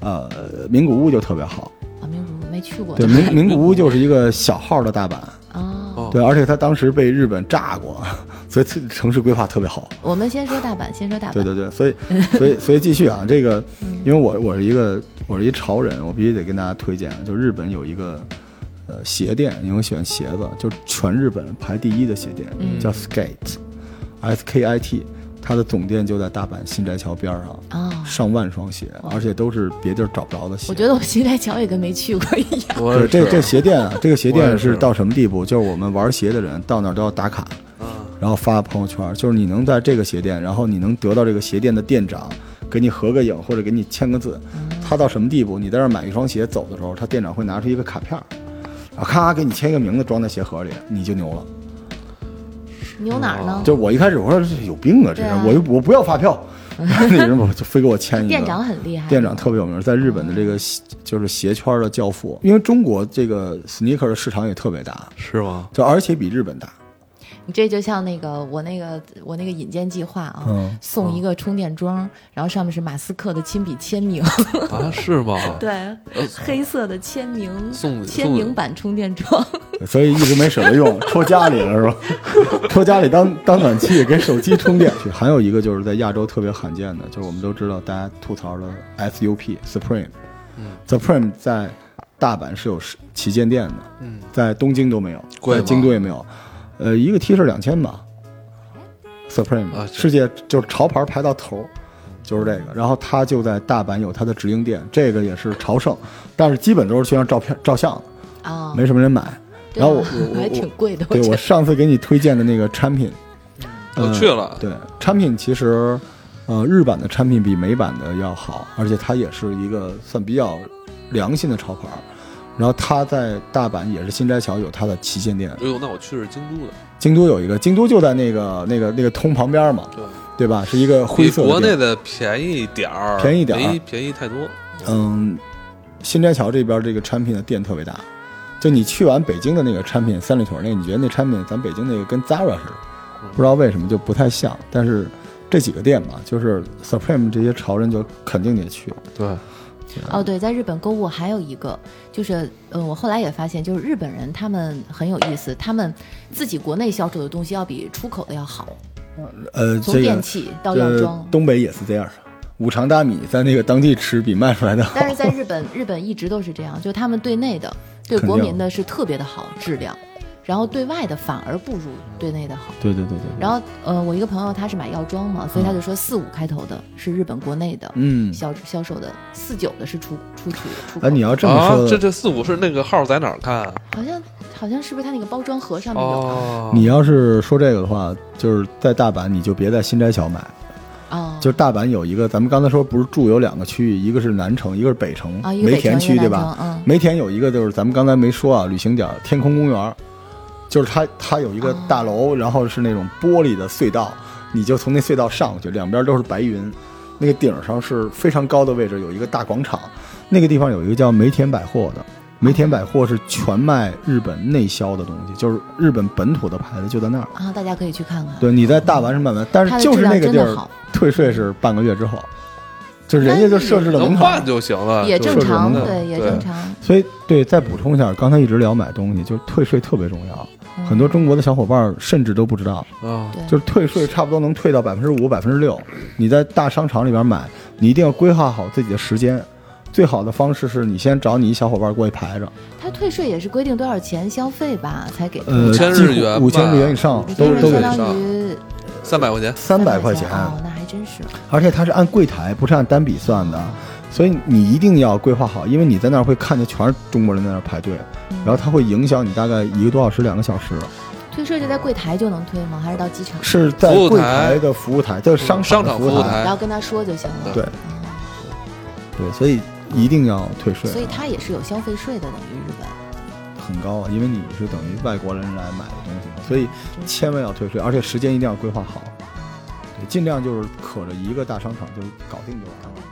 [SPEAKER 3] 呃，名古屋就特别好。
[SPEAKER 4] 啊，名古屋没去过呢，
[SPEAKER 3] 对，名名古屋就是一个小号的大阪，
[SPEAKER 4] 啊，
[SPEAKER 3] 对，而且它当时被日本炸过， 所以它城市规划特别好。
[SPEAKER 4] 我们先说大阪，先说大阪。
[SPEAKER 3] 对对对，所以所以所以继续啊，这个，
[SPEAKER 4] 嗯
[SPEAKER 3] 因为我我是一个我是一潮人，我必须得跟大家推荐，啊就日本有一个呃鞋店，因为我喜欢鞋子，就全日本排第一的鞋店，
[SPEAKER 4] 嗯
[SPEAKER 3] 叫 Skate，S K I T，它的总店就在大阪新斋桥边上，
[SPEAKER 4] 哦
[SPEAKER 3] 上万双鞋，而且都是别地儿找不着的鞋。
[SPEAKER 4] 我觉得我新来桥也跟没去过一样。
[SPEAKER 1] 我
[SPEAKER 3] 对，
[SPEAKER 1] 也
[SPEAKER 3] 这
[SPEAKER 1] 是
[SPEAKER 3] 这鞋店啊，这个鞋
[SPEAKER 1] 我
[SPEAKER 3] 店
[SPEAKER 1] 也是
[SPEAKER 3] 是到什么地步？就是我们玩鞋的人到哪儿都要打卡，
[SPEAKER 1] 啊
[SPEAKER 3] 然后发朋友圈，就是你能在这个鞋店，然后你能得到这个鞋店的店长给你合个影或者给你签个字。他到什么地步？你在这儿买一双鞋走的时候，他店长会拿出一个卡片儿，啊，咔给你签一个名字，装在鞋盒里，你就牛了。
[SPEAKER 4] 牛哪儿呢？
[SPEAKER 3] 就我一开始我说这有病啊，这
[SPEAKER 4] 对
[SPEAKER 3] 是、
[SPEAKER 4] 啊
[SPEAKER 3] 我又我不要发票，那人我就非给我签一个。
[SPEAKER 4] 店长很厉害，
[SPEAKER 3] 店长特别有名，在日本的这个鞋就是鞋圈的教父，因为中国这个 sneaker 的市场也特别大，
[SPEAKER 1] 是吗？
[SPEAKER 3] 就而且比日本大。
[SPEAKER 4] 你这就像那个我那个我那个引荐计划啊，
[SPEAKER 3] 嗯
[SPEAKER 4] 送一个充电桩，然后上面是马斯克的亲笔签名，
[SPEAKER 1] 啊，是吗？
[SPEAKER 4] 对， 黑色的签名
[SPEAKER 1] 送
[SPEAKER 4] 签名版充电桩，
[SPEAKER 3] 所以一直没舍得用，抽家里了是吧？抽家里当当暖气，给手机充电去。还有一个就是在亚洲特别罕见的，就是我们都知道大家吐槽的 SUP Supreme，Supreme
[SPEAKER 1] 嗯
[SPEAKER 3] 在大阪是有实旗舰店的，
[SPEAKER 1] 嗯，
[SPEAKER 3] 在东京都没有，
[SPEAKER 1] 贵
[SPEAKER 3] 在
[SPEAKER 1] 吗
[SPEAKER 3] 京都也没有。呃，一个 T 恤两千吧，Supreme，、
[SPEAKER 1] 啊这
[SPEAKER 3] 世界就是潮牌排到头儿，就是这个。然后它就在大阪有它的直营店，这个也是朝圣，但是基本都是去那儿照片照相的，
[SPEAKER 1] 嗯
[SPEAKER 4] 啊，
[SPEAKER 3] 没什么人买。
[SPEAKER 4] 对
[SPEAKER 3] 然
[SPEAKER 4] 啊，
[SPEAKER 3] 后我 我我
[SPEAKER 4] 还挺贵的，
[SPEAKER 3] 对
[SPEAKER 4] 觉
[SPEAKER 3] 我
[SPEAKER 4] 得。
[SPEAKER 3] 上次给你推荐的那个产品，
[SPEAKER 1] 我
[SPEAKER 3] 嗯
[SPEAKER 1] 去了，
[SPEAKER 3] 对产品其实，呃，日版的产品比美版的要好，而且它也是一个算比较良心的潮牌儿。然后它在大阪也是新斋桥有它的旗舰店，
[SPEAKER 1] 哎呦，那我去是京都的，
[SPEAKER 3] 京都有一个，京都就在那个那个那个通旁边嘛，
[SPEAKER 1] 对，
[SPEAKER 3] 对吧？是一个
[SPEAKER 1] 比
[SPEAKER 3] 灰色
[SPEAKER 1] 国
[SPEAKER 3] 的
[SPEAKER 1] 内
[SPEAKER 3] 店。
[SPEAKER 1] 的便宜点儿，
[SPEAKER 3] 便宜点儿啊
[SPEAKER 1] 没便宜太多。
[SPEAKER 3] 嗯，新斋桥这边这个产品的店特别大，就你去完北京的那个产品三里屯那个，你觉得那产品咱北京那个跟 Zara 似的，不知道为什么就不太像。但是这几个店吧，就是 Supreme 这些潮人就肯定得去。
[SPEAKER 1] 对，
[SPEAKER 4] 哦，对，在日本购物还有一个，就是，嗯，我后来也发现，就是日本人他们很有意思，他们自己国内销售的东西要比出口的要好，
[SPEAKER 3] 呃，
[SPEAKER 4] 从
[SPEAKER 3] 这
[SPEAKER 4] 电
[SPEAKER 3] 个
[SPEAKER 4] 器到药
[SPEAKER 3] 呃
[SPEAKER 4] 妆，。
[SPEAKER 3] 东北也是这样，五常大米在那个当地吃比卖出来的好
[SPEAKER 4] 但。是在日本，日本一直都是这样，就他们对内的对
[SPEAKER 3] 肯定
[SPEAKER 4] 国民的是特别的好质量，然后对外的反而不如 对内的好。
[SPEAKER 3] 对对对对，
[SPEAKER 4] 然后，呃，我一个朋友他是买药妆嘛，所以他就说四五开头的是日本国内的
[SPEAKER 3] 嗯，
[SPEAKER 4] 销销售的，四九的是出出去出口
[SPEAKER 3] 哎，你
[SPEAKER 4] 的，
[SPEAKER 3] 要这么
[SPEAKER 1] 啊
[SPEAKER 3] 说，，
[SPEAKER 1] 这
[SPEAKER 3] 的，
[SPEAKER 1] 这四五是那个号在哪儿看啊？
[SPEAKER 4] 好像好像是不是他那个包装盒上面有啊？
[SPEAKER 1] 哦，
[SPEAKER 3] 你要是说这个的话，就是在大阪你就别在新斋桥买，
[SPEAKER 4] 哦
[SPEAKER 3] 就是大阪有一个，咱们刚才说不是住有两个区域，一个是南城，一个是北城，
[SPEAKER 4] 啊，一个
[SPEAKER 3] 梅
[SPEAKER 4] 北
[SPEAKER 3] 田
[SPEAKER 4] 城
[SPEAKER 3] 区
[SPEAKER 4] 一个
[SPEAKER 3] 对
[SPEAKER 4] 南
[SPEAKER 3] 吧？
[SPEAKER 4] 城嗯，
[SPEAKER 3] 梅田有一个就是咱们刚才没说啊，旅行点儿天空公园儿，就是它它有一
[SPEAKER 4] 哦
[SPEAKER 3] 个大楼，然后是那种玻璃的隧道，你就从那隧道上去，两边都是白云，那个顶上是非常高的位置，有一个大广场，那个地方有一个叫梅田百货的。梅田百货是全卖日本内销的东西，就是日本本土的牌子就在那儿。
[SPEAKER 4] 啊，大家可以去看看。嗯
[SPEAKER 3] 对，你在大阪是买不到，但
[SPEAKER 4] 它
[SPEAKER 3] 是
[SPEAKER 4] 的
[SPEAKER 3] 就
[SPEAKER 4] 质
[SPEAKER 3] 是
[SPEAKER 4] 量
[SPEAKER 3] 那个
[SPEAKER 4] 真
[SPEAKER 3] 地
[SPEAKER 4] 的
[SPEAKER 3] 儿
[SPEAKER 4] 好，
[SPEAKER 3] 退税是半个月之后，就是人家就设置了
[SPEAKER 1] 能
[SPEAKER 3] 门槛
[SPEAKER 1] 办。就行
[SPEAKER 3] 啊
[SPEAKER 1] 了，
[SPEAKER 4] 也
[SPEAKER 1] 就是
[SPEAKER 4] 正常，
[SPEAKER 1] 能
[SPEAKER 3] 这种的
[SPEAKER 4] 对，也正常。
[SPEAKER 3] 所以，对，再补充一下，刚才一直聊买东西，就是退税特别重要。
[SPEAKER 4] 嗯
[SPEAKER 3] 很多中国的小伙伴甚至都不知道，
[SPEAKER 1] 啊，
[SPEAKER 4] 对，
[SPEAKER 3] 就是退税差不多能退到百分之五、百分之六。你在大商场里边买，你一定要规划好自己的时间。最好的方式是你先找你一小伙伴过去排着，
[SPEAKER 4] 他退税也是规定多少钱消费吧才给退，
[SPEAKER 3] 呃，
[SPEAKER 1] 5000
[SPEAKER 3] 几乎
[SPEAKER 1] 日元吧
[SPEAKER 3] 五千日元以上
[SPEAKER 4] 每
[SPEAKER 3] 呃都都
[SPEAKER 4] 天相
[SPEAKER 3] 给
[SPEAKER 1] 上
[SPEAKER 4] 当于
[SPEAKER 1] 三百块钱，
[SPEAKER 3] 三百块钱，
[SPEAKER 4] 哦，那还真是。
[SPEAKER 3] 而且它是按柜台，不是按单笔算的，所以你一定要规划好，因为你在那儿会看见全是中国人在那儿排队，
[SPEAKER 4] 嗯
[SPEAKER 3] 然后它会影响你大概一个多小时、两个小时，
[SPEAKER 4] 退税就在柜台就能退吗？还是到机场？
[SPEAKER 3] 是在
[SPEAKER 1] 服务台
[SPEAKER 3] 柜台的服务台，就是商
[SPEAKER 1] 商
[SPEAKER 3] 场的
[SPEAKER 1] 场
[SPEAKER 3] 服
[SPEAKER 1] 服务
[SPEAKER 3] 台，
[SPEAKER 4] 然
[SPEAKER 1] 台，
[SPEAKER 4] 后跟他说就行了。
[SPEAKER 3] 对
[SPEAKER 4] 嗯，
[SPEAKER 3] 对，所以一定要退税，啊
[SPEAKER 4] 所以他也是有消费税的，等于日本。
[SPEAKER 3] 很高啊，因为你是等于外国人来买的东西嘛，所以千万要退税，而且时间一定要规划好，对，尽量就是可着一个大商场就搞定就完了。